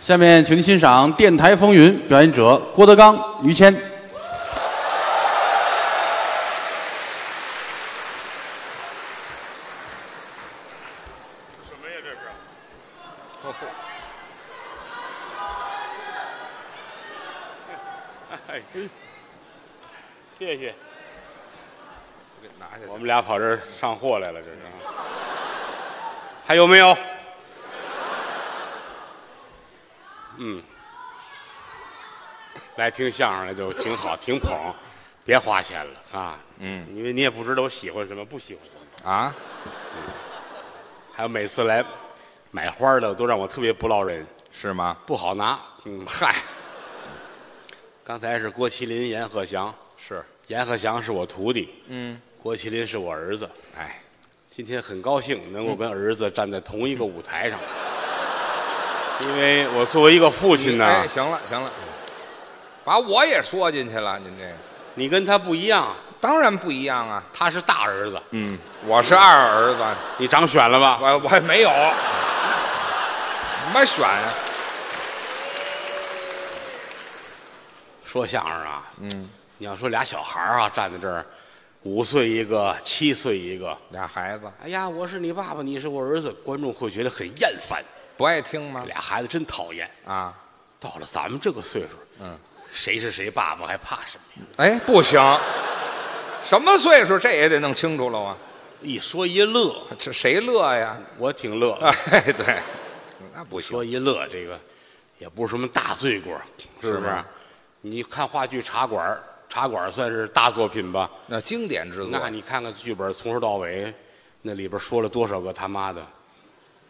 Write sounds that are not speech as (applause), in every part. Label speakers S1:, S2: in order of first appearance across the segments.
S1: 下面请您欣赏《电台风云》，表演者郭德纲、于谦。
S2: 什么呀？这是？ (laughs) 哎，谢谢。我们俩跑这儿上货来了，这是啊。还有没有？嗯，来听相声来就挺好，挺捧，别花钱了啊。
S3: 嗯，
S2: 因为你也不知道我喜欢什么，不喜欢什么。
S3: 啊，
S2: 还有每次来买花的都让我特别不落人，
S3: 是吗？
S2: 不好拿。嗯，嗨，刚才是郭麒麟、阎鹤祥，
S3: 是，
S2: 阎鹤祥是我徒弟，
S3: 嗯，
S2: 郭麒麟是我儿子。
S3: 哎，
S2: 今天很高兴能够跟儿子站在同一个舞台上，因为我作为一个父亲呢
S3: 哎，，行了行了，把我也说进去了，您这个
S2: 你跟他不一样，
S3: 当然不一样啊。
S2: 他是大儿子，
S3: 嗯，我是二儿子，
S2: 你长选了吧？
S3: 我我还没有，什么选啊？
S2: 说相声啊，嗯，你要说俩小孩儿啊站在这儿，五岁一个，七岁一个，
S3: 俩孩子
S2: 哎呀，我是你爸爸，你是我儿子，观众会觉得很厌烦。
S3: 不爱听吗？
S2: 俩孩子真讨厌。
S3: 啊，
S2: 到了咱们这个岁数，
S3: 嗯，
S2: 谁是谁爸爸还怕什么呀？
S3: 哎，不行，什么岁数这也得弄清楚了啊！
S2: 一说一乐，
S3: 这谁乐呀？
S2: 我挺乐。
S3: 哎，对，那不行
S2: 说一乐，这个也不是什么大罪过，是不
S3: 是
S2: 是
S3: 吗？
S2: 你看话剧《茶馆》，《茶馆》算是大作品吧？
S3: 那经典之作
S2: 那你看看剧本从头到尾，那里边说了多少个他妈的，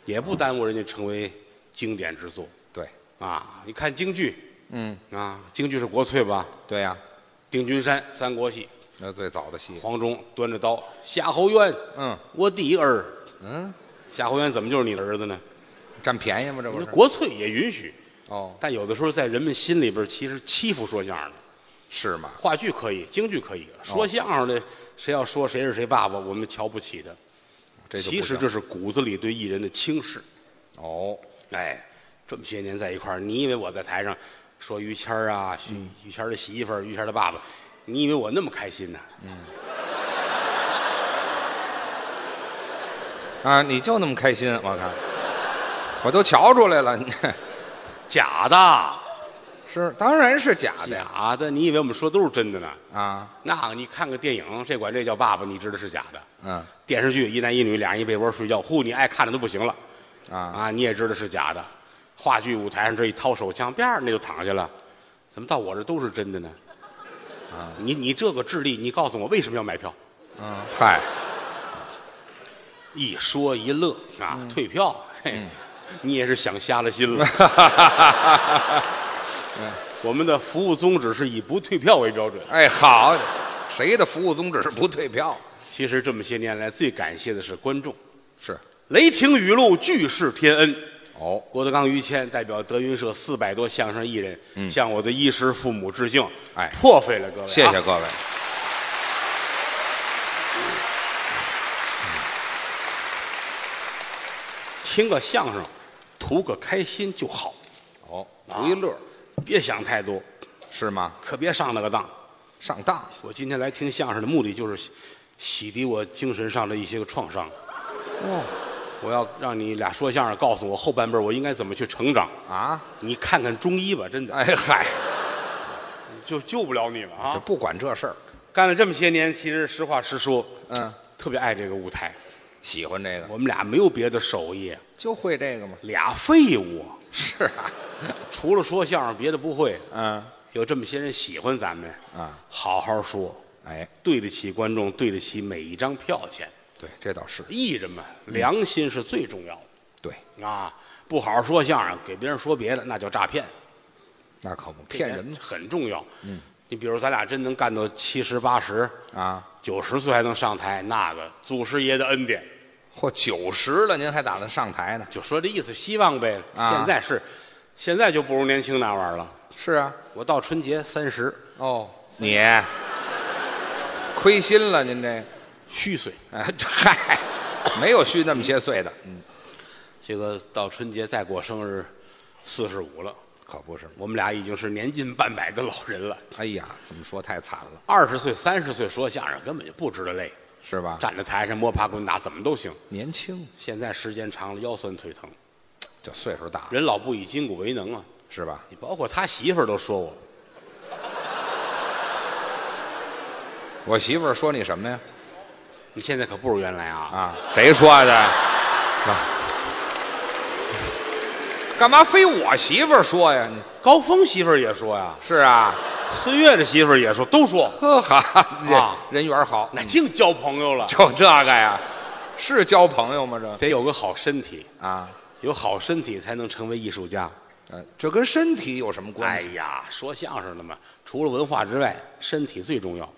S2: 也不耽误人家成为经典之作
S3: 对，
S2: 啊！你看京剧
S3: 嗯，
S2: 啊，京剧是国粹吧？
S3: 对呀、
S2: 定军山三国戏，
S3: 那最早的戏，
S2: 黄忠端着刀，夏侯渊，
S3: 嗯
S2: 我的儿。
S3: 嗯，
S2: 夏侯渊怎么就是你的儿子呢？
S3: 占便宜吗？这不
S2: 那
S3: 是？
S2: 国粹也允许，
S3: 哦，
S2: 但有的时候在人们心里边其实欺负说相声的。
S3: 嗯是吗？
S2: 话剧可以，京剧可以，
S3: 哦
S2: 说相声的谁要说谁是谁爸爸，我们瞧不起他。
S3: 这就不
S2: 其实
S3: 行
S2: 这是骨子里对艺人的轻视。
S3: 哦，
S2: 哎，这么些年在一块儿，你以为我在台上说于谦儿啊，于于谦儿的媳妇儿，于谦儿的爸爸，你以为我那么开心呢？
S3: 啊，你就那么开心，我看，我都瞧出来了，你
S2: 假的，
S3: 是当然是假的呀
S2: 假的！你以为我们说都是真的呢？
S3: 啊，
S2: 那你看个电影，这管这叫爸爸，你知道是假的。
S3: 嗯
S2: 电视剧一男一女俩人一被窝睡觉，呼，你爱看的都不行了
S3: 啊，
S2: 啊！你也知道是假的。话剧舞台上这一掏手枪，啪，那就躺下了。怎么到我这都是真的呢？啊，你你这个智力，你告诉我为什么要买票？
S3: 嗯，嗨，
S2: 一说一乐嗯啊，退票，嘿，你也是想瞎了心了。 (laughs) 我们的服务宗旨是以不退票为标准。
S3: 哎，好，谁的服务宗旨是不退票？
S2: 其实这么些年来，最感谢的是观众。
S3: 是，
S2: 雷霆雨露，俱是天恩。
S3: 哦，
S2: 郭德纲、于谦代表德云社四百多相声艺人，向我的衣食父母致敬。
S3: 嗯哎
S2: 破费了各位、啊
S3: 谢谢。各位，
S2: 听个相声，图个开心就好，
S3: 哦，图一乐，
S2: 别想太多，
S3: 是吗？
S2: 可别上那个当。
S3: 上当，
S2: 我今天来听相声的目的就是洗洗涤我精神上的一些个创伤。
S3: 哦，
S2: 我要让你俩说相声，告诉我后半辈儿我应该怎么去成长。
S3: 啊，
S2: 你看看中医吧，真的
S3: 哎嗨，
S2: 就救不了你了
S3: 就
S2: 啊！
S3: 不管这事儿，
S2: 干了这么些年，其实实话实说，
S3: 嗯，
S2: 特别爱这个舞台。
S3: 喜欢这个，
S2: 我们俩没有别的手艺，
S3: 就会这个吗？
S2: 俩废物，
S3: 是啊，
S2: 除了说相声别的不会。
S3: 嗯
S2: 有这么些人喜欢咱们，
S3: 啊，
S2: 好好说，
S3: 哎，
S2: 对得起观众，对得起每一张票钱。
S3: 对，这倒是，
S2: 艺人嘛，
S3: 嗯
S2: 良心是最重要
S3: 对，
S2: 的啊！不好好说相声，给别人说别的，那叫诈骗，
S3: 那可不骗人
S2: 这点很重要。嗯，你比如咱俩真能干到七十八十、
S3: 啊。
S2: 九十岁还能上台，那个祖师爷的恩典。
S3: 嚯，九十了，您还打算上台呢？
S2: 就说这意思，希望呗。
S3: 啊
S2: 现在是，现在就不如年轻那玩意儿了。
S3: 是啊，
S2: 我到春节三十，
S3: 哦，你亏心了，您这，
S2: 虚岁。
S3: 哎，这嗨，没有虚那么些岁的，嗯
S2: 这个到春节再过生日，四十五了，
S3: 可不是。
S2: 我们俩已经是年近半百的老人了。
S3: 哎呀，怎么说太惨了，
S2: 二十岁、三十岁说相声根本就不知道累，
S3: 是吧？
S2: 站在台上摸爬滚打怎么都行。
S3: 年轻
S2: 现在时间长了，腰酸腿疼，
S3: 就岁数大了，
S2: 人老不以筋骨为能啊。
S3: 是吧？
S2: 你包括他媳妇儿都说我，
S3: 我媳妇儿说你什么呀？
S2: 你现在可不如原来啊！
S3: 啊，谁说的？啊干嘛非我媳妇儿说呀？你
S2: 高峰媳妇儿也说呀，
S3: 是啊，
S2: 孙越的媳妇儿也说，都说，
S3: 呵哈，这、
S2: 啊
S3: 人缘好，
S2: 那净交朋友了，
S3: 就这个呀，是交朋友吗？这
S2: 得有个好身体，
S3: 啊，
S2: 有好身体才能成为艺术家。
S3: 呃这跟身体有什么关
S2: 哎
S3: 系？
S2: 呀，说相声的嘛，除了文化之外，身体最重要。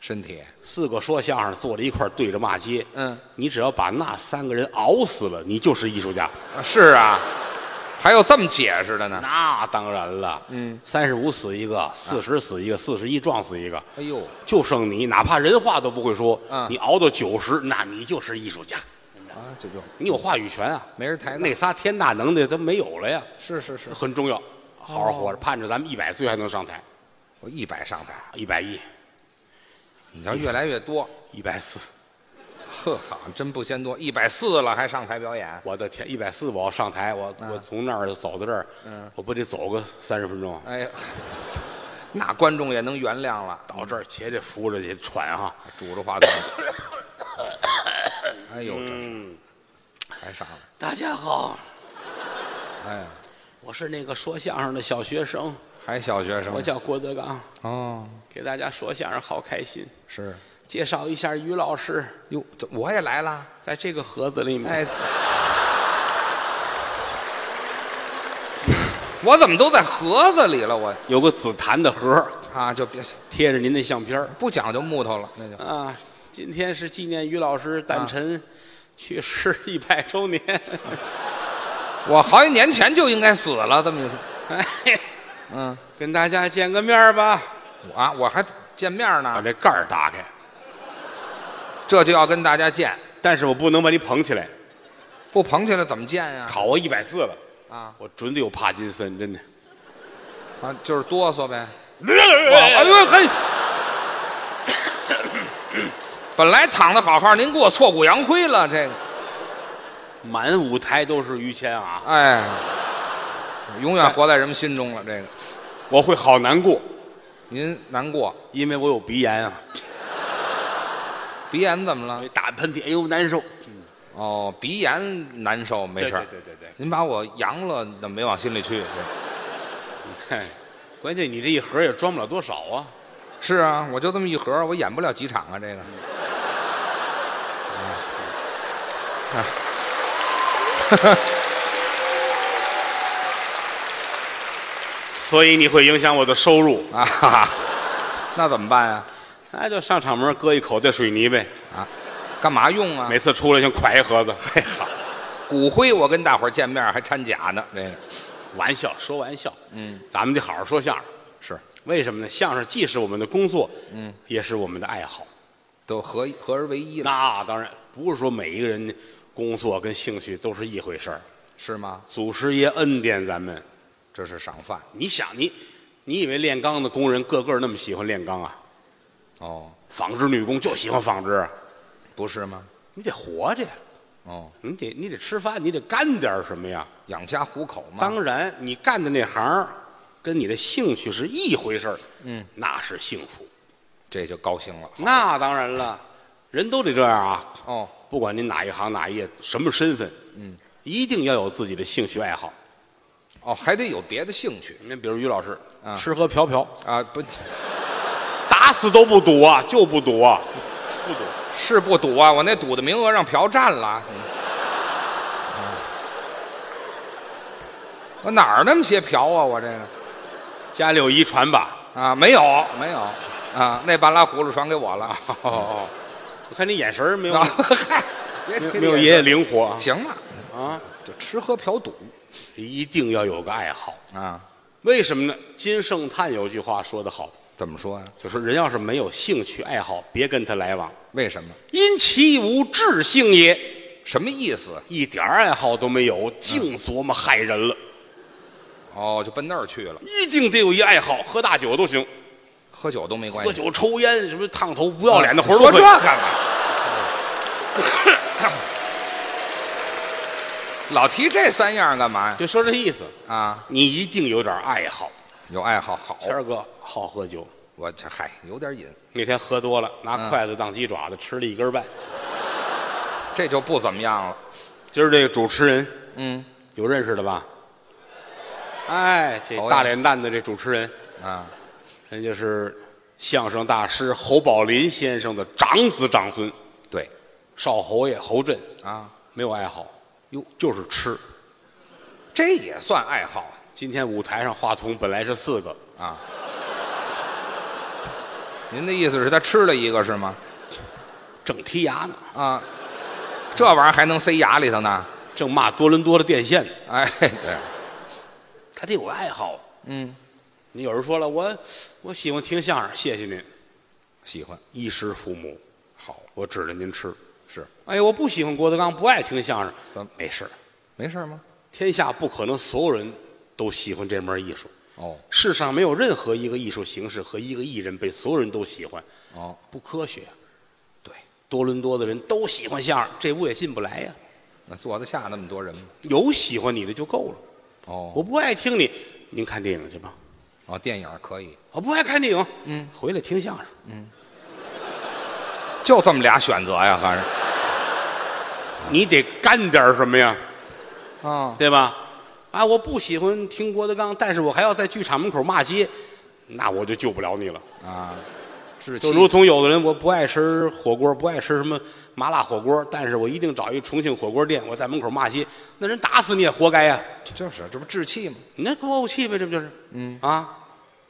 S3: 身体，
S2: 四个说相声坐在一块儿对着骂街，
S3: 嗯，
S2: 你只要把那三个人熬死了，你就是艺术家。
S3: 啊是啊，还有这么解释的呢？
S2: 那当然了，
S3: 嗯，
S2: 三十五死一个，四十死一个，四十一撞死一个，
S3: 哎呦，
S2: 就剩你，哪怕人话都不会说，
S3: 嗯
S2: 你熬到九十，那你就是艺术家，
S3: 啊，这就
S2: 你有话语权啊。
S3: 没人抬杠
S2: 那仨天大能耐都没有了呀，
S3: 是是是，
S2: 很重要，好好活着，盼着咱们一百岁还能上台，
S3: 我哦一百上台，
S2: 一百一、
S3: 你要越来越多，
S2: 一百四，
S3: 呵，好，真不嫌多，一百四了还上台表演，
S2: 我的天，一百四我要上台，我我从那儿走到这儿，我不得走个三十分钟啊？
S3: 哎呀，那观众也能原谅了，
S2: 到这儿且得扶着去喘啊哈，
S3: 拄着话筒，哎呦，真是
S2: 嗯，
S3: 还上了，
S2: 大家好，
S3: 哎呀，
S2: 我是那个说相声的小学生，
S3: 还小学生
S2: 我叫郭德纲，
S3: 哦，
S2: 给大家说相声好开心。
S3: 是
S2: 介绍一下于老师，
S3: 哟，这我也来了，
S2: 在这个盒子里面，
S3: 哎，我怎么都在盒子里了？我
S2: 有个紫檀的盒，
S3: 啊，就别
S2: 贴着您的相片儿
S3: 不讲究木头了，那就
S2: 啊。今天是纪念于老师诞辰去世一百周年。
S3: 我好几年前就应该死了，这么一说，
S2: 哎，
S3: 嗯，
S2: 跟大家见个面儿吧。
S3: 我啊，我还见面
S2: 把
S3: 呢，
S2: 这盖儿打开，
S3: 这就要跟大家见，
S2: 但是我不能把你捧起来，
S3: 不捧起来怎么见呀？
S2: 考我一百四了，
S3: 啊
S2: 我准得有帕金森， (laughs) 真的。
S3: 啊，就是哆嗦呗。哇哎
S2: 哎
S3: 呦嘿！本来躺的好好，您给我挫骨扬灰了，这个，
S2: 满舞台都是于谦啊，
S3: 哎，永远活在人们心中了。这个，
S2: 我会好难过，
S3: 您难过，
S2: 因为我有鼻炎啊，
S3: 鼻炎怎么了？
S2: 打喷嚏，哎呦难受。
S3: 哦，鼻炎难受，没事儿。
S2: 对对对对
S3: 您把我扬了，那没往心里去。对
S2: 对，嘿 (laughs) 关键你这一盒也装不了多少啊。
S3: 是啊，我就这么一盒，我演不了几场啊，这个。
S2: 所以你会影响我的收入。
S3: 啊哈哈，那怎么办呀、
S2: 那就上场门搁一口袋水泥呗，
S3: 啊？干嘛用啊？
S2: 每次出来先㧟一盒子。 (laughs) 嘿好，
S3: 骨灰，我跟大伙儿见面还掺假呢，哎这个
S2: 玩笑说玩笑，嗯，咱们得好好说相声。
S3: 是
S2: 为什么呢？相声既是我们的工作，嗯，也是我们的爱好。
S3: 都合一合而为一了，
S2: 那当然不是说每一个人工作跟兴趣都是一回事儿。
S3: 是吗？
S2: 祖师爷恩典咱们，
S3: 这是赏饭
S2: 你想你，你以为炼钢的工人个个那么喜欢炼钢啊？
S3: 哦，
S2: 纺织女工就喜欢纺织啊，
S3: 不是吗？
S2: 你得活着呀，
S3: 哦，
S2: 你得你得吃饭，你得干点儿什么呀？
S3: 养家糊口嘛。
S2: 当然，你干的那行儿跟你的兴趣是一回事儿，嗯，那是幸福。
S3: 这就高兴了。
S2: 那当然了， (laughs) 人都得这样啊，
S3: 哦，
S2: 不管您哪一行哪一业，什么身份，嗯，一定要有自己的兴趣爱好。
S3: 哦，还得有别的兴趣
S2: 您比如于老师，
S3: 啊
S2: 吃喝嫖嫖，
S3: 啊，不
S2: 打死都不赌啊，就不赌啊， (laughs) 不赌。
S3: 是不赌啊，我那赌的名额让嫖占了。嗯我哪儿那么些嫖啊？我这个
S2: 家里有遗传吧？
S3: 啊，没有没有啊，那半拉葫芦传给我了。
S2: 哦哦，我看你眼神儿没有， (laughs)
S3: 啊， (laughs) 嗨，别提这
S2: 没有
S3: 事儿
S2: 爷爷灵 (laughs) 活啊
S3: 行了，
S2: 啊！
S3: 就吃喝嫖赌
S2: 一定要有个爱好，
S3: 啊？
S2: 为什么呢？金圣叹有句话说得好，
S3: 怎么说呀、啊
S2: 就说人要是没有兴趣爱好，别跟他来往，
S3: 为什么？
S2: 因其无志性也，
S3: 什么意思？
S2: 嗯一点儿爱好都没有，净琢磨害人了。
S3: 哦，就奔那儿去了，
S2: 一定得有一爱好，喝大酒都行，
S3: 喝酒都没关系。
S2: 喝酒、抽烟，什么烫头、不要脸的活儿都
S3: 说
S2: 可
S3: 这
S2: 以。
S3: 干嘛？ (coughs) 老提这三样干嘛呀？
S2: 就说这意思，
S3: 啊，
S2: 你一定有点爱好。
S3: 有爱好好，
S2: 谦儿哥好喝酒，
S3: 我这嗨有点瘾，
S2: 那天喝多了，拿
S3: 嗯
S2: 筷子当鸡爪子，吃了一根半。
S3: 这就不怎么样了。
S2: 今儿这个主持人
S3: 嗯
S2: 有认识的吧？哎，这
S3: 好呀
S2: 大脸蛋子这主持人，
S3: 啊，
S2: 人家是相声大师侯宝林先生的长子长孙，
S3: 对
S2: 少侯爷侯震，
S3: 啊，
S2: 没有爱好，哟，就是吃。
S3: 这也算爱好
S2: 今天舞台上话筒本来是四个，
S3: 啊。您的意思是他吃了一个是吗？
S2: 正剔牙呢，
S3: 啊，这玩意儿还能塞牙里头呢？
S2: 正骂多伦多的电线呢，
S3: (laughs) 哎，对，
S2: 他得有爱好。
S3: 嗯，
S2: 你有人说了，我我喜欢听相声，谢谢您，
S3: 喜欢
S2: 衣食父母，
S3: 好
S2: 我指着您吃。
S3: 是
S2: 哎呀，我不喜欢郭德纲，不爱听相
S3: 怎
S2: 声
S3: 么，
S2: 没事儿
S3: 没事吗？
S2: 天下不可能所有人都喜欢这门艺术，
S3: 哦
S2: 世上没有任何一个艺术形式和一个艺人被所有人都喜欢，
S3: 哦，
S2: 不科学。啊
S3: 对，
S2: 多伦多的人都喜欢相声，这屋也进不来呀。
S3: 那坐得下那么多人吗？
S2: 有喜欢你的就够了，
S3: 哦，
S2: 我不爱听你，您看电影去吧。
S3: 哦，电影可以，
S2: 我不爱看电影，嗯，回来听相声。
S3: 就这么俩选择呀，反正
S2: 你得干点什么呀，
S3: 啊，
S2: 对吧？啊，我不喜欢听郭德纲，但是我还要在剧场门口骂街，那我就救不了你了。
S3: 啊，志气
S2: 就如同有的人，我不爱吃火锅，不爱吃什么麻辣火锅，但是我一定找一重庆火锅店，我在门口骂街，那人打死你也活该呀、
S3: 就是这不志气吗？
S2: 你那给我怄气呗，这不就是？嗯啊，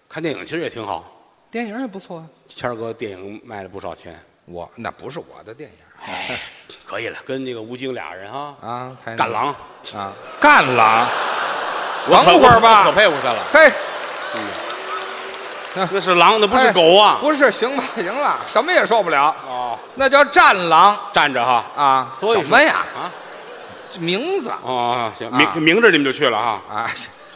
S2: 看电影其实也挺好，
S3: 电影也不错啊。
S2: 谦儿哥电影卖了不少钱，
S3: 我那不是我的电影
S2: 哎，可以了，跟那个吴京俩人啊，
S3: 啊，太
S2: 干狼，
S3: 啊，干狼，
S2: 我可
S3: 等会儿吧
S2: 我可佩服他了，
S3: 嘿，
S2: 那是狼，那不是狗啊，
S3: 不是，行吧，行了，什么也受不了，
S2: 哦，
S3: 那叫战狼
S2: 站着哈，
S3: 啊，
S2: 所以说
S3: 什么呀，
S2: 啊，
S3: 这名字
S2: 哦，行，
S3: 啊
S2: 明明着你们就去了哈，
S3: 啊，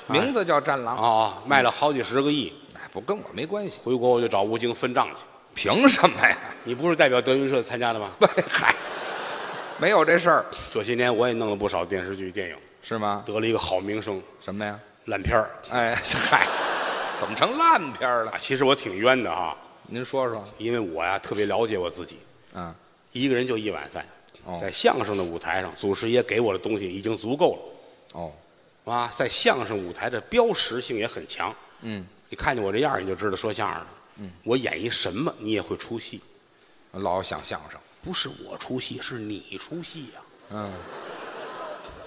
S3: 名字叫战狼，
S2: 哦，卖了好几十个亿，
S3: 哎，不跟我没关系，
S2: 回国我就找吴京分账去。
S3: 凭什么呀？
S2: 你不是代表德云社参加的吗？
S3: 喂， (laughs) 嗨，没有这事儿
S2: 这些年我也弄了不少电视剧、电影，
S3: 是吗？
S2: 得了一个好名声，
S3: 什么呀？
S2: 烂片儿
S3: 哎， (laughs) 嗨，怎么成烂片儿了
S2: 啊。？其实我挺冤的啊，
S3: 您说说
S2: 因为我呀特别了解我自己，
S3: 啊？
S2: 一个人就一碗饭，
S3: 哦
S2: 在相声的舞台上，祖师爷给我的东西已经足够
S3: 哦，
S2: 了啊，在相声舞台的标识性也很强。
S3: 嗯，
S2: 你看见我这样儿，你就知道说相声的。嗯，我演一什么你也会出戏，
S3: 老想相声，
S2: 不是我出戏，是你出戏啊呀、
S3: 嗯，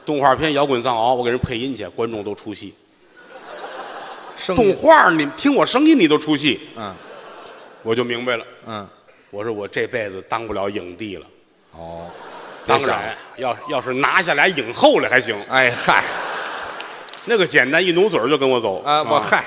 S2: 动画片《摇滚藏獒》，我给人配音去，观众都出戏。
S3: 生
S2: 动画儿你听我声音你都出戏，
S3: 嗯
S2: 我就明白了。
S3: 嗯，
S2: 我说我这辈子当不了影帝了。
S3: 哦，
S2: 当
S3: 别想
S2: 然，要要是拿下俩影后来还行，
S3: 哎嗨
S2: 那个简单一努嘴儿就跟我走
S3: 啊，我，嗨，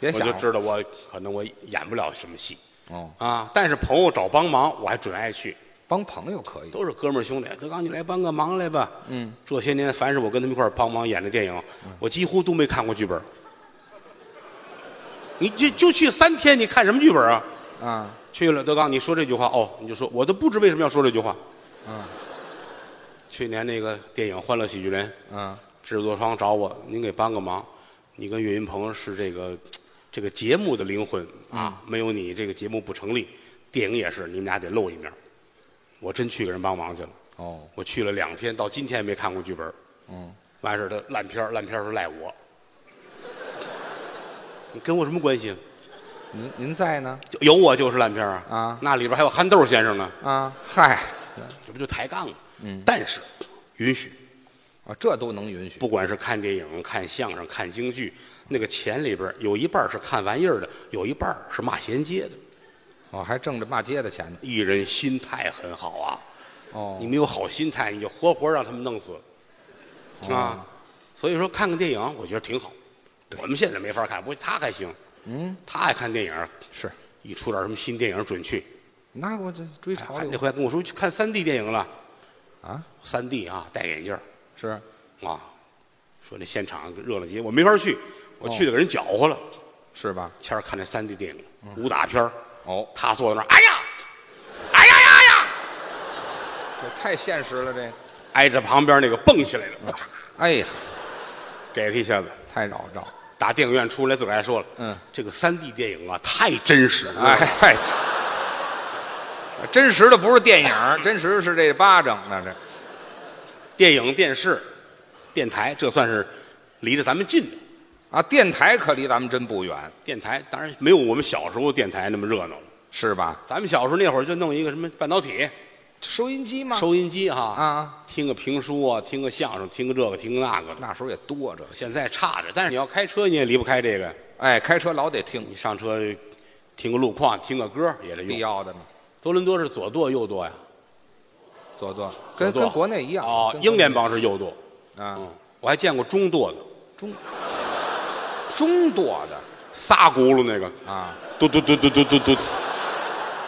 S3: 别
S2: 我
S3: 想
S2: 就
S3: 了
S2: 知道我可能我演不了什么戏
S3: 哦，
S2: 啊。但是朋友找帮忙，我还准爱去，
S3: 帮朋友可以，
S2: 都是哥们儿兄弟。德刚，你来帮个忙来吧。
S3: 嗯，
S2: 这些年凡是我跟他们一块儿帮忙演的电影，我几乎都没看过剧本儿。你就就去三天，你看什么剧本啊？
S3: 啊，
S2: 去了，德刚，你说这句话哦，你就说，我都不知为什么要说这句话。
S3: 嗯，
S2: 去年那个电影《欢乐喜剧人》，
S3: 嗯，
S2: 制作方找我，您给帮个忙，你跟岳云鹏是这个这个节目的灵魂啊，
S3: 嗯
S2: 没有你这个节目不成立，电影也是，你们俩得露一面。我真去给人帮忙去了，
S3: 哦，
S2: 我去了两天，到今天也没看过剧本。
S3: 嗯，
S2: 完事儿他烂片儿烂片儿是赖我， (laughs) 你跟我什么关系？
S3: 您您在呢？
S2: 就有我就是烂片儿啊！
S3: 啊
S2: 那里边还有憨豆先生呢，
S3: 啊，嗨，
S2: 这不就抬杠吗？嗯，但是允许，
S3: 啊，这都能允许
S2: 不管是看电影、看相声、看京剧，那个钱里边儿有一半儿是看玩意儿的，有一半儿是骂衔接的。
S3: 哦，还挣着骂街的钱呢
S2: 艺人心态很好啊，
S3: 哦
S2: 你，没有好心态，你就活活让他们弄死，
S3: 哦
S2: 啊！所以说看看电影，我觉得挺好。我们现在没法看，不过他还行，
S3: 嗯，
S2: 他爱看电影，
S3: 是，
S2: 一出点什么新电影准去。哎
S3: 那我这追潮
S2: 那
S3: 流
S2: 回来跟我说去看三 D 电影了，
S3: 啊，
S2: 三 D 啊，戴眼镜儿
S3: 是
S2: 啊，说那现场热闹极，我没法去，我去
S3: 哦
S2: 了给人搅和了。
S3: 是吧？
S2: 谦儿看那三 D 电影武打片儿
S3: 嗯哦，
S2: 他坐在那儿，哎呀，哎呀呀呀，
S3: 这太现实了，这个。
S2: 挨着旁边那个蹦起来的，
S3: 哎呀，
S2: (laughs) 给他一下子。
S3: 太扰攘。
S2: 打电影院出来，自个儿还说了，
S3: 嗯，
S2: 这个三 D 电影啊，太真实了，
S3: 哎，嗨、真实的不是电影，真实是这巴掌呢。这
S2: (laughs) 电影、电视、电台，这算是离着咱们近的。
S3: 啊，电台可离咱们真不远，
S2: 电台当然没有我们小时候电台那么热闹了。
S3: 是吧？
S2: 咱们小时候那会儿就弄一个什么半导体
S3: 收音机吗？
S2: 收音机哈，
S3: 啊，
S2: 听个评书啊，听个相声，听个这个，听个那个的。
S3: 那时候也多着。
S2: 现在差着，但是你要开车，你也离不开这个。
S3: 哎，开车老得听
S2: 你上车听个路况，听个歌也得
S3: 必
S2: 用。
S3: 要的嘛，
S2: 多伦多是左舵右舵呀，
S3: 左舵跟
S2: 左舵
S3: 跟国内一样
S2: 哦，
S3: 跟国内
S2: 英联邦是右舵，
S3: 啊，
S2: 嗯，我还见过中舵的，
S3: 中舵的
S2: 仨轱辘那个，
S3: 啊。
S2: 嘟嘟嘟嘟嘟嘟嘟，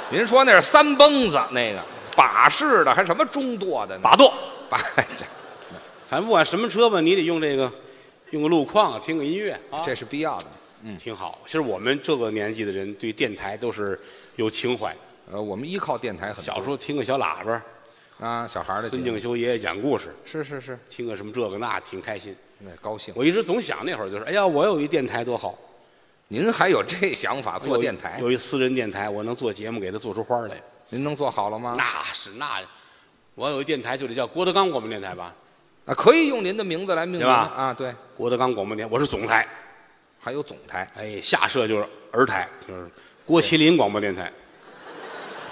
S3: 您说那是三蹦子那个把式的，还什么中舵的呢？
S2: 把舵。
S3: 把这
S2: 反正不管什么车吧，你得用这个，用个路况，听个音乐啊，
S3: 这是必要的。
S2: 挺好。其实我们这个年纪的人对电台都是有情怀。
S3: 呃，我们依靠电台很多
S2: 小时候听个小喇叭，
S3: 啊，小孩儿的
S2: 孙
S3: 节目
S2: 敬修爷爷讲故事，
S3: 是是是，
S2: 听个什么这个那，挺开心。
S3: 那高兴。
S2: 我一直总想那会儿就是，哎呀，我有一电台多好，
S3: 您还有这想法做电台
S2: 哎
S3: 啊
S2: 有一？有一私人电台，我能做节目，给它做出花儿来。
S3: 您能做好了吗？
S2: 那是那，我有一电台就得叫郭德纲广播电台吧？
S3: 啊，可以用您的名字来命名
S2: 对吧
S3: 啊，对，
S2: 郭德纲广播电台，我是总台，
S3: 还有总台
S2: 哎，下设就是儿台，就是郭麒麟广播电台，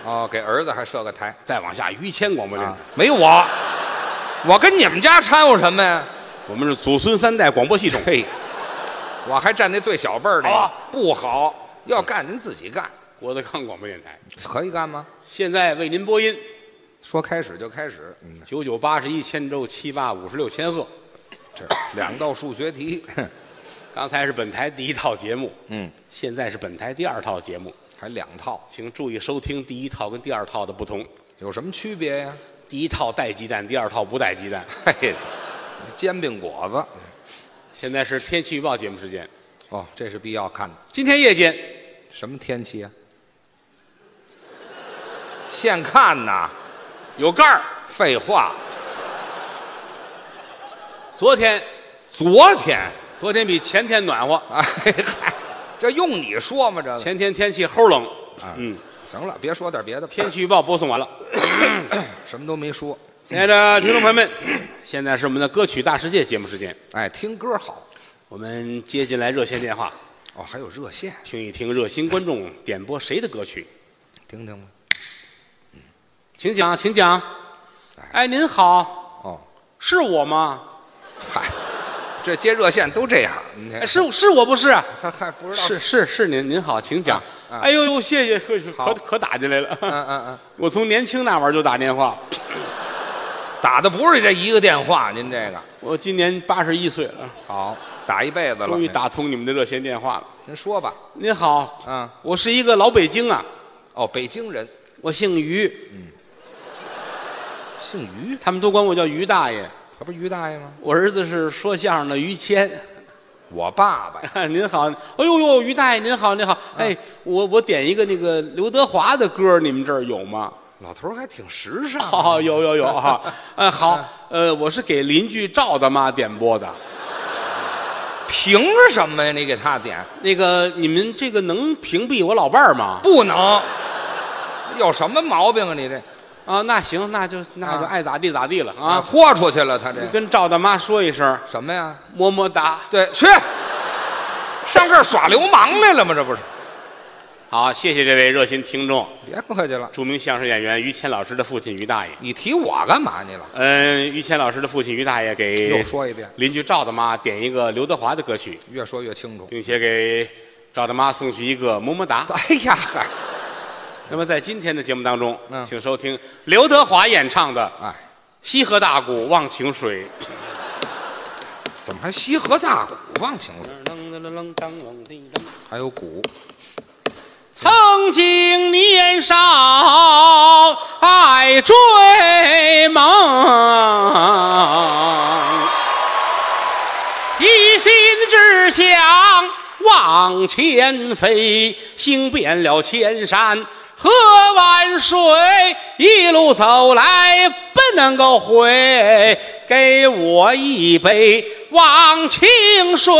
S3: 哦，给儿子还设个台
S2: 再往下于谦广播电台
S3: 啊。，没有我，我跟你们家掺和什么呀？
S2: 我们是祖孙三代广播系统。
S3: 嘿，我还站那最小辈儿那
S2: 好
S3: 个，不好，要干您自己干，
S2: 郭德纲广播电台
S3: 可以干吗？
S2: 现在为您播音
S3: 说开始就开始，嗯，
S2: 九九八十一千周七八五十六千赫。
S3: 这两道数学题， (laughs)
S2: 刚才是本台第一套节目，
S3: 嗯，
S2: 现在是本台第二套节目，
S3: 还两套，
S2: 请注意收听第一套跟第二套的不同。
S3: 有什么区别呀？
S2: 第一套带鸡蛋，第二套不带鸡蛋。
S3: 嘿，煎饼果子，
S2: 现在是天气预报节目时间。
S3: 哦，这是必要看的。
S2: 今天夜间
S3: 什么天气啊？现看呐，
S2: 有盖儿，
S3: 废话，
S2: 昨天
S3: 昨天，
S2: 昨天比前天暖和，
S3: 哎嗨，这用你说吗？这个
S2: 前天天气齁冷。嗯，
S3: 行了，别说点别的，
S2: 天气预报播送完了。
S3: 什么都没说。
S2: 亲爱的听众朋友们，现在是我们的歌曲大世界节目时间。
S3: 哎，听歌好
S2: 我们接进来热线电话，
S3: 哦，还有热线，
S2: 听一听热心观众点播谁的歌曲，
S3: 听听吧。
S2: 请讲，请讲。哎，您好，
S3: 哦，
S2: 是我吗？
S3: 嗨，这接热线都这样，你
S2: 哎，
S3: 看
S2: 是是我不是？
S3: 他还不知道
S2: 是是是您，您好，请讲。啊
S3: 啊啊
S2: 哎呦呦，谢谢，可
S3: 好
S2: 可可打进来了。
S3: 嗯嗯嗯，
S2: (laughs) 我从年轻那会儿就打电话，
S3: 打的不是这一个电话，您这个
S2: 我今年八十一岁了，
S3: 好打一辈子了，
S2: 终于打通你们的热线电话了。
S3: 您说吧，
S2: 您好，
S3: 嗯，
S2: 我是一个老北京啊，
S3: 哦，北京人
S2: 我姓于，
S3: 姓于，
S2: 他们都管我叫于大爷。
S3: 他不是于大爷吗？
S2: 我儿子是说相声的于谦。 (laughs)
S3: 我爸爸呀，
S2: 您好，哎呦呦，于大爷您好，您好，哎，我我点一个那个刘德华的歌，你们这儿有吗？
S3: 老头儿还挺时尚啊。
S2: 好、有有有哈， (laughs) 嗯，好，呃，我是给邻居赵大妈点播的。
S3: 凭什么呀？你给他点
S2: 那个，你们这个能屏蔽我老伴儿吗？
S3: 不能，有什么毛病啊？你这
S2: 啊，那行，那就那就
S3: 啊
S2: 爱咋地咋地了
S3: 啊，
S2: 啊。
S3: 豁出去了，他这
S2: 跟赵大妈说一声，
S3: 什么呀？
S2: 么么哒。
S3: 对，去上这儿耍流氓来了吗？这不是？
S2: 好，谢谢这位热心听众，
S3: 别客气了，
S2: 著名相声演员于谦老师的父亲于大爷。
S3: 你提我干嘛？你了？
S2: 嗯，于谦老师的父亲于大爷给
S3: 又说一遍，
S2: 邻居赵大妈点一个刘德华的歌曲，
S3: 越说越清楚。
S2: 并且给赵大妈送去一个么么哒。
S3: 哎呀，嗨，
S2: 那么在今天的节目当中，
S3: 嗯
S2: 请收听刘德华演唱的《
S3: 哎，
S2: 西河大鼓忘情水》。
S3: 怎么还西河大鼓忘情了？还有鼓，
S2: 曾经年少爱追梦，志向往前飞，行遍了千山和万水，一路走来不能够回。给我一杯忘情水，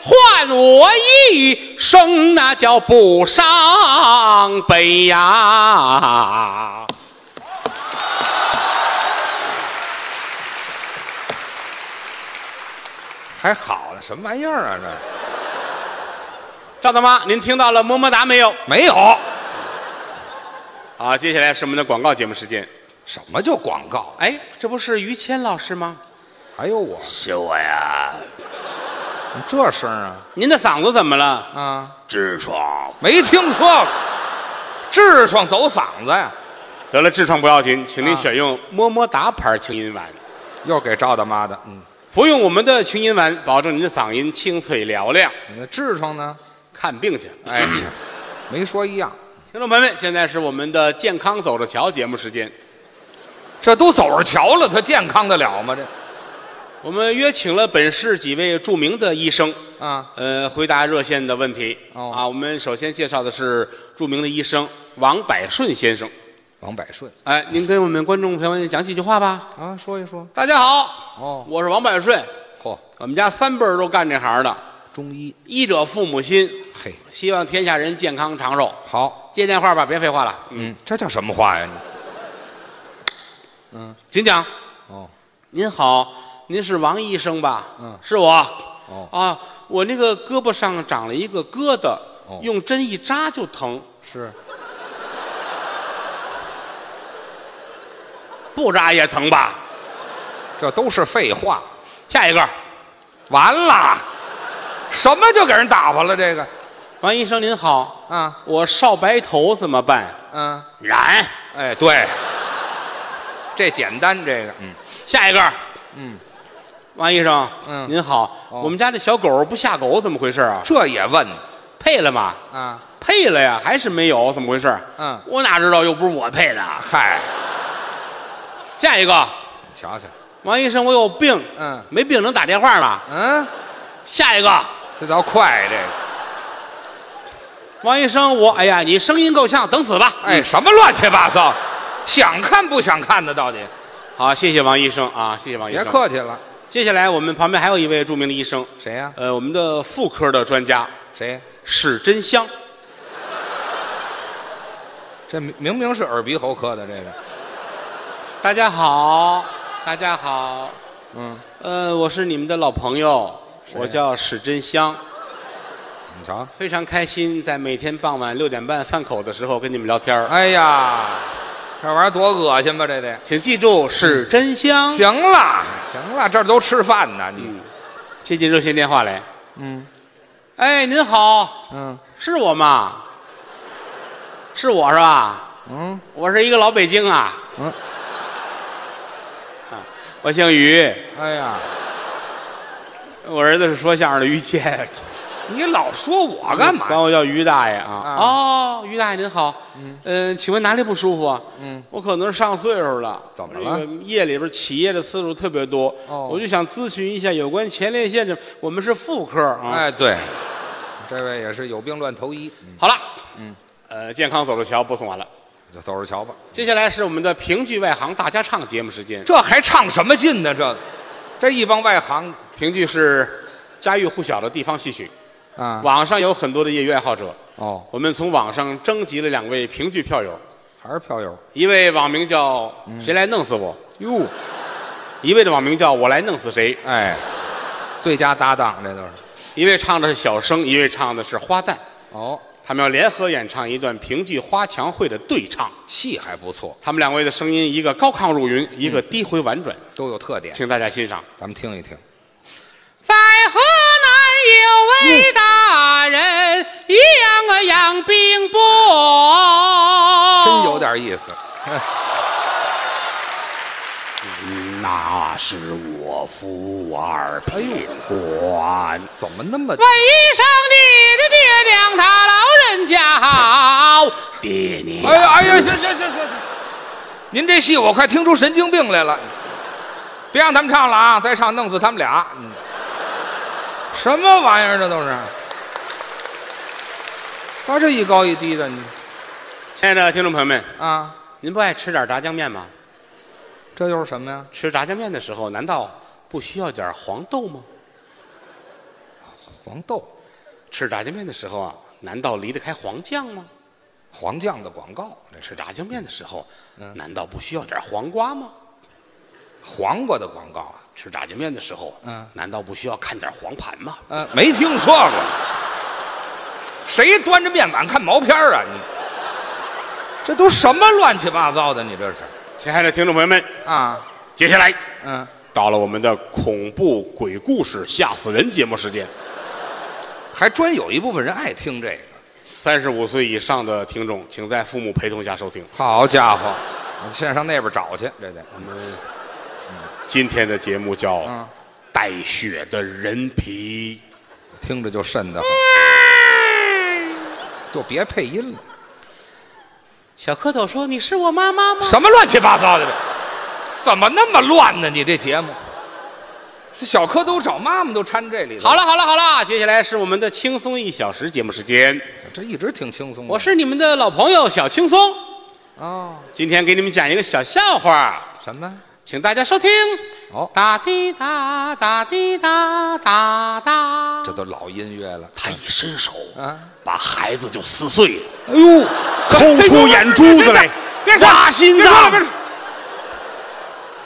S2: 换我一生，那叫不伤悲呀。
S3: 还好了，什么玩意儿啊？这
S2: 赵大妈，您听到了么么哒没有？
S3: 没有
S2: 啊，接下来是我们的广告节目时间。
S3: 什么叫广告，
S2: 哎，这不是于谦老师吗？
S3: 还有我，
S2: 是我呀。
S3: 你这声儿啊
S2: 您的嗓子怎么了？
S3: 啊，
S2: 痔疮。
S3: 没听说过，痔疮走嗓子呀，
S2: 得了，痔疮不要紧，请您
S3: 啊
S2: 选用么么哒牌清音丸。
S3: 又给赵大妈的。嗯，
S2: 服用我们的清音丸，保证您的嗓音清脆嘹亮。
S3: 那痔疮呢？
S2: 看病去。
S3: 哎，没说一样，
S2: 听众朋友们，现在是我们的健康走着瞧节目时间。
S3: 这都走着瞧了，他健康得了吗？这
S2: 我们约请了本市几位著名的医生，
S3: 啊，
S2: 呃，回答热线的问题。
S3: 哦
S2: 啊，我们首先介绍的是著名的医生王百顺先生。
S3: 王百顺
S2: 哎，您跟我们观众朋友们讲几句话吧。
S3: 啊，说一说。
S2: 大家好，
S3: 哦，
S2: 我是王百顺，
S3: 嚯，
S2: 我们家三辈儿都干这行的。
S3: 中医，
S2: 医者父母心，
S3: 嘿，
S2: 希望天下人健康长寿。
S3: 好，
S2: 接电话吧，别废话了，
S3: 嗯，这叫什么话呀？你
S2: 请讲。
S3: 哦，
S2: 您好，您是王医生吧？
S3: 嗯
S2: 是我。
S3: 哦
S2: 啊，我那个胳膊上长了一个疙瘩，
S3: 哦
S2: 用针一扎就疼，
S3: 是
S2: 不扎也疼吧？
S3: 这都是废话。
S2: 下一个，
S3: 完了，什么就给人打发了？这个
S2: 王医生您好，
S3: 啊，
S2: 我少白头怎么办？
S3: 嗯，
S2: 染。
S3: 哎，对，这简单，这个，嗯，
S2: 下一个，
S3: 嗯，
S2: 王医生，
S3: 嗯
S2: 您好，
S3: 哦
S2: 我们家这小狗不下狗，怎么回事啊？
S3: 这也问
S2: 配了吗？
S3: 啊，
S2: 配了呀，还是没有，怎么回事？
S3: 嗯，
S2: 我哪知道，又不是我配的。啊
S3: 嗨，
S2: 下一个，
S3: 瞧瞧，
S2: 王医生，我有病，
S3: 嗯
S2: 没病能打电话吗？
S3: 嗯，
S2: 下一个，
S3: 这倒快，这个，
S2: 王医生，我哎呀，你声音够呛，等死吧。嗯
S3: 哎，什么乱七八糟，想看不想看的到底？
S2: 好，谢谢王医生啊，谢谢王医
S3: 别
S2: 生。
S3: 客气了，
S2: 接下来我们旁边还有一位著名的医生，
S3: 谁呀、
S2: 呃，我们的妇科的专家
S3: 谁？
S2: 史珍香。
S3: 这明明明是耳鼻喉科的这个，
S2: 大家好，大家好，
S3: 嗯，
S2: 呃，我是你们的老朋友，
S3: 谁
S2: 我叫史珍香，
S3: 你瞧，
S2: 非常开心在每天傍晚六点半饭口的时候跟你们聊天儿。
S3: 哎呀，这玩意儿多恶心吧？这得。
S2: 请记住，史珍香。
S3: 行了，行了，这儿都吃饭呢，你，
S2: 接进热线电话来。
S3: 嗯
S2: 哎，您好，
S3: 嗯
S2: 是我吗？是我是吧？
S3: 嗯
S2: 我是一个老北京啊，
S3: 嗯，
S2: 我姓于，
S3: 哎呀，
S2: 我儿子是说相声的于谦，
S3: 你老说我干嘛？
S2: 管我叫于大爷啊
S3: 啊。
S2: 哦，于大爷您好，嗯，请问哪里不舒服啊？
S3: 嗯，
S2: 我可能是上岁数了，
S3: 怎么了
S2: 这个夜里边起夜的次数特别多，
S3: 哦
S2: 我就想咨询一下有关前列腺这，我们是妇科啊。
S3: 哎，对，这位也是有病乱投医，嗯
S2: 好了，
S3: 嗯，
S2: 呃，健康走着瞧，播送完了。
S3: 就走着瞧吧。
S2: 接下来是我们的评剧外行大家唱节目时间。
S3: 这还唱什么劲呢？这个，这一帮外行
S2: 评剧是家喻户晓的地方戏曲，
S3: 啊，
S2: 网上有很多的业余爱好者。
S3: 哦，
S2: 我们从网上征集了两位评剧票友，
S3: 还是票友
S2: 一位网名叫“谁来弄死我
S3: 哟，”，
S2: 一位的网名叫“我来弄死谁
S3: 哎，最佳搭档这都是。”。
S2: 一位唱的是小生，一位唱的是花旦。
S3: 哦，
S2: 他们要联合演唱一段评剧《花墙会》的对唱。
S3: 戏还不错，
S2: 他们两位的声音，一个高亢入云，一个低回婉转，
S3: 都有特点，
S2: 请大家欣赏。
S3: 咱们听一听。
S2: 在河南有位大人，养啊养病
S4: 哦
S2: 波，
S3: 真有点意
S4: (laughs)
S3: 思，
S2: 那是我夫二品官。
S3: 哎怎么那么
S4: 为医生你的爹娘他老人家好，
S2: 爹娘
S3: 哎呀哎呀，行行行行行，您这戏我快听出神经病来了，别让他们唱了啊！再唱弄死他们俩。嗯什么玩意儿？这都是。他这一高一低的，你
S2: 亲爱的听众朋友们，
S3: 啊，
S2: 您不爱吃点炸酱面吗？
S3: 这又是什么呀？
S2: 吃炸酱面的时候，难道不需要点黄豆吗？
S3: 黄豆，
S2: 吃炸酱面的时候啊，难道离得开黄酱吗？
S3: 黄酱的广告，这
S2: 吃炸酱面的时候，难道不需要点黄瓜吗？
S3: 黄瓜的广告啊？
S2: 吃炸酱面的时候，
S3: 嗯
S2: 难道不需要看点黄盘吗？
S3: 呃，没听说过。谁端着面板看毛片儿啊？你这都什么乱七八糟的？你这是
S2: 亲爱的听众朋友们，
S3: 啊？
S2: 接下来
S3: 嗯，
S2: 到了我们的恐怖鬼故事吓死人节目时间。
S3: 还专有一部分人爱听这个。
S2: 三十五岁以上的听众，请在父母陪同下收听。
S3: 好家伙，我现在上那边找去，这得
S2: 今天的节目叫《
S3: 啊，
S2: 带血的人皮
S3: 听着就瘆得慌，就别配音了。
S4: 小蝌蚪说：“你是我妈妈吗
S3: 什么乱七八糟的？怎么那么乱呢？你这节目，这小蝌蚪找妈妈都掺这里》。头。
S2: 好，了，好了，好了，接下来是我们的轻松一小时节目时间。
S3: 这一直挺轻松的。
S2: 我是你们的老朋友小轻松，
S3: 哦，
S2: 今天给你们讲一个小笑话，
S3: 什么？
S2: 请大家收听。
S3: 哦，
S2: 哒滴哒哒滴哒哒哒，
S3: 这都老音乐了
S2: 他一伸手
S3: 啊！
S2: 把孩子就撕碎了，
S3: 哎呦，
S2: 抠出眼珠子 (laughs) 来，
S3: 别说
S2: 挖
S3: 了
S2: 心
S3: 别说
S2: 脏
S3: 了别说。了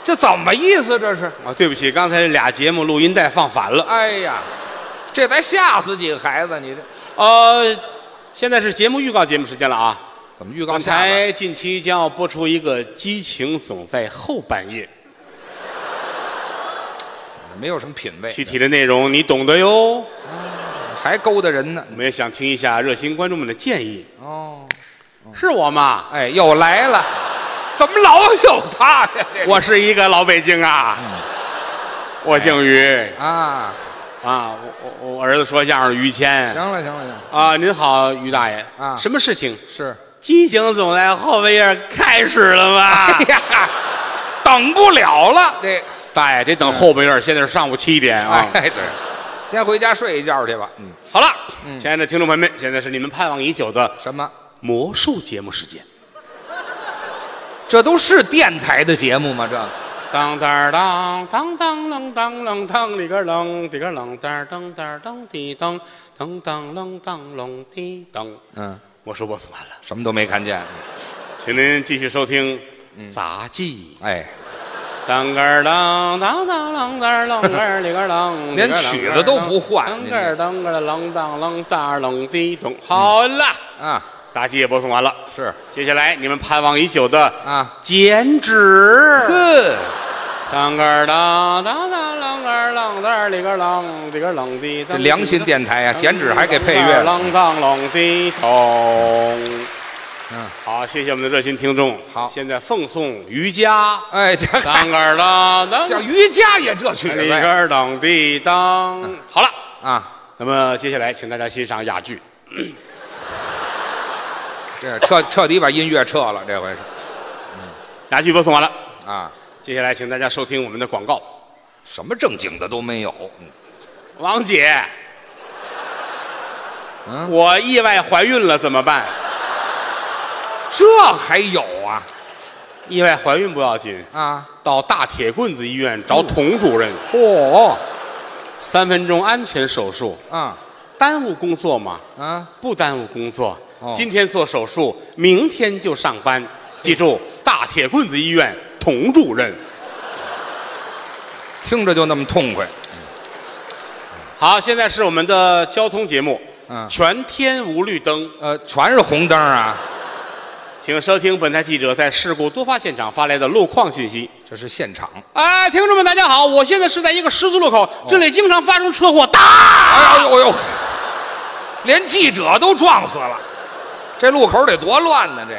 S3: 这怎么意思？这是？
S2: 啊，对不起，刚才这俩节目录音带放反了。
S3: 哎呀，这才吓死几个孩子！你这
S2: 呃，现在是节目预告节目时间了啊。
S3: 怎么预
S2: 港
S3: 下巴
S2: 台近期将要播出一个《激情总在后半夜
S3: 没有什么品》，
S2: 具
S3: 味，
S2: 体的内容你懂得哟。
S3: 还勾搭人呢
S2: 我。们也想听一下热心观众们的建议。
S3: 哦，
S2: 是我吗？
S3: 哎，又来了，怎么老有他呀？这
S2: 我是一个老北京啊，我姓于
S3: 啊，
S2: 啊，我我我儿子说相声于谦
S3: 行了行了行了，
S2: 啊，您好，于大爷
S3: 啊
S2: 什么事情？
S3: 是。
S2: 激情总在后半夜开始了吗？
S3: 哎呀，等不了了，这
S2: 大爷得等后半夜，现在是上午七点啊。
S3: 哎对，先回家睡一觉去吧。嗯，
S2: 好了，亲爱的听众朋友们，现在是你们盼望已久的
S3: 什么？
S2: 魔术节目时间。
S3: 这都是电台的节目吗？这
S2: 当当当当当啷当啷当里个啷里个啷当当当当滴当当当啷当啷滴当。
S3: 嗯，
S2: 我说我算了，
S3: 什么都没看见。
S2: 请您继续收听杂技。
S3: 哎，
S2: 当个儿当当当啷当啷个儿里个啷，
S3: 连曲子都不换
S2: 当个儿当个儿啷当啷当啷滴咚。好了，
S3: 啊，
S2: 杂技也播送完了，
S3: 是
S2: 接下来你们盼望已久的
S3: 啊，
S2: 剪纸。
S3: 呵，
S2: 当个儿当当当啷个儿啷当儿里个儿啷里个儿啷的，
S3: 这良心电台啊，剪纸还给配乐了。
S2: 啷当啷的咚。
S3: 嗯，
S2: 好，谢谢我们的热心听众。
S3: 好
S2: 现在奉送瑜伽。
S3: 哎，这
S2: 当个儿当当
S3: 像瑜伽也这曲
S2: 里
S3: 子
S2: 个
S3: 呀
S2: 儿啷的当。好了，
S3: 啊，
S2: 那么接下来请大家欣赏哑剧。
S3: 这彻彻底把音乐撤了，这回是
S2: 哑剧播送完了，
S3: 啊，
S2: 接下来请大家收听我们的广告。
S3: 什么正经的都没有。嗯
S2: 王姐，
S3: 嗯
S2: 我意外怀孕了怎么办？
S3: 这还有啊
S2: 意外怀孕不要紧，
S3: 啊，
S2: 到大铁棍子医院找童主任，
S3: 嗯嚯
S2: 三分钟安全手术，
S3: 啊
S2: 耽误工作吗？
S3: 啊，
S2: 不耽误工作
S3: 哦，
S2: 今天做手术，明天就上班。记住，大铁棍子医院童主任。
S3: 听着就那么痛快。
S2: 好，现在是我们的交通节目，
S3: 嗯
S2: 全天无绿灯，
S3: 呃，全是红灯啊，
S2: 请收听本台记者在事故多发现场发来的路况信息。
S3: 这是现场。
S2: 哎，听众们，大家好，我现在是在一个十字路
S3: 哦
S2: 口，这里经常发生车祸，
S3: 哎
S2: 大。
S3: 呦呦呦，连记者都撞死了，这路口得多乱呢、这，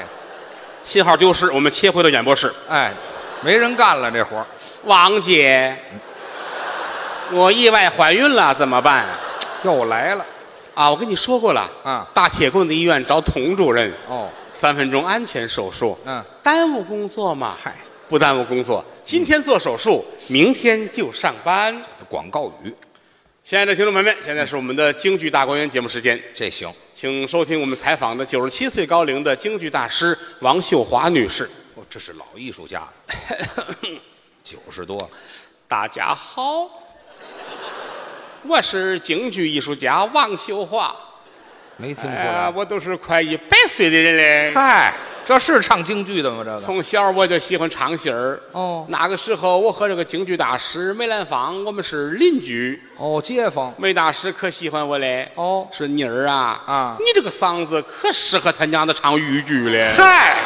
S2: 信号丢失，我们切回到演播室。
S3: 哎，没人干了这活儿
S2: 王姐，我意外怀孕了，怎么办？
S3: 又来了
S2: 啊，我跟你说过了
S3: 啊
S2: 大铁棍子医院找童主任，
S3: 哦，
S2: 三分钟安全手术。
S3: 嗯，
S2: 耽误工作嘛？
S3: 嗨，
S2: 不耽误工作，今天做手术，明天就上班。
S3: 这广告语
S2: 亲爱的听众朋友们，现在是我们的京剧大观园节目时间，
S3: 这行，
S2: 请收听我们采访的九十七岁高龄的京剧大师王秀华女
S3: (laughs)
S2: 士。
S3: 哦，这是老艺术家了，九十多了，
S2: 大家好，我是京剧艺术家王秀华。
S3: 没听出
S2: 哎
S3: 来
S2: 呀，。我都是快一百岁的人嘞。
S3: 嗨，这是唱京剧的吗？这个
S2: 从小我就喜欢唱戏儿。
S3: 哦
S2: 那个时候我和这个京剧大师梅兰芳，我们是邻居。
S3: 哦，街坊
S2: 梅大师可喜欢我嘞。
S3: 哦
S2: 说妮儿啊，
S3: 啊
S2: 你这个嗓子可适合他娘的唱豫剧
S3: (laughs)
S2: 嘞。
S3: 嗨，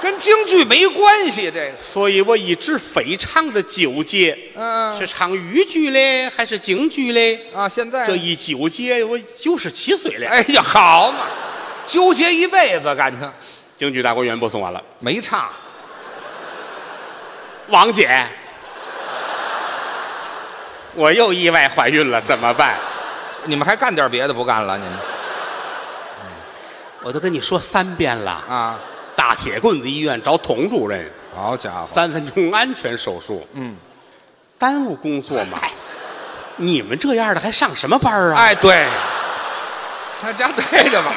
S3: 跟京剧没关系，这个
S2: 所以我一直非常的纠结，
S3: 嗯
S2: 是唱豫剧嘞，还是京剧嘞？
S3: 啊，现在
S2: 这一纠结，我九十七岁了。
S3: 哎呀，好嘛，纠结一辈子感情
S2: 京剧大观园播送完了，
S3: 没唱，
S2: 王姐，我又意外怀孕了，怎么办？
S3: 你们还干点别的不干了？你们
S2: 我都跟你说三遍了，
S3: 啊，
S2: 大铁棍子医院找童主任，
S3: 好家伙，
S2: 三分钟安全手术，
S3: 嗯，
S2: 耽误工作嘛。你们这样的还上什么班儿啊？
S3: 哎，对，大家对着吧，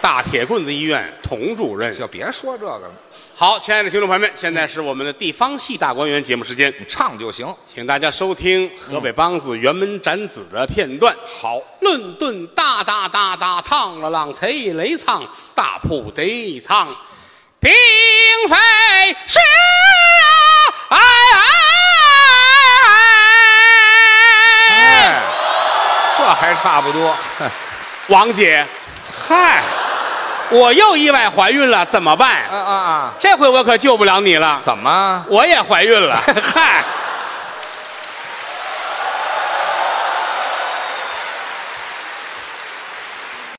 S2: 大铁棍子医院童主任。
S3: 就别说这个了，
S2: 好，亲爱的听众朋友们，现在是我们的地方戏大观园节目时间，
S3: 唱就行。
S2: 请大家收听河北梆子辕门斩子的片段。好，论顿哒哒哒哒，唱了浪贼雷唱，大铺得唱。
S4: 并非是啊，哎哎
S3: 哎，这还差不多。
S2: 王姐，
S3: 嗨，
S2: 我又意外怀孕了，怎么办？
S3: 啊啊啊！
S2: 这回我可救不了你了，
S3: 怎么？
S2: 我也怀孕了。
S3: 嗨，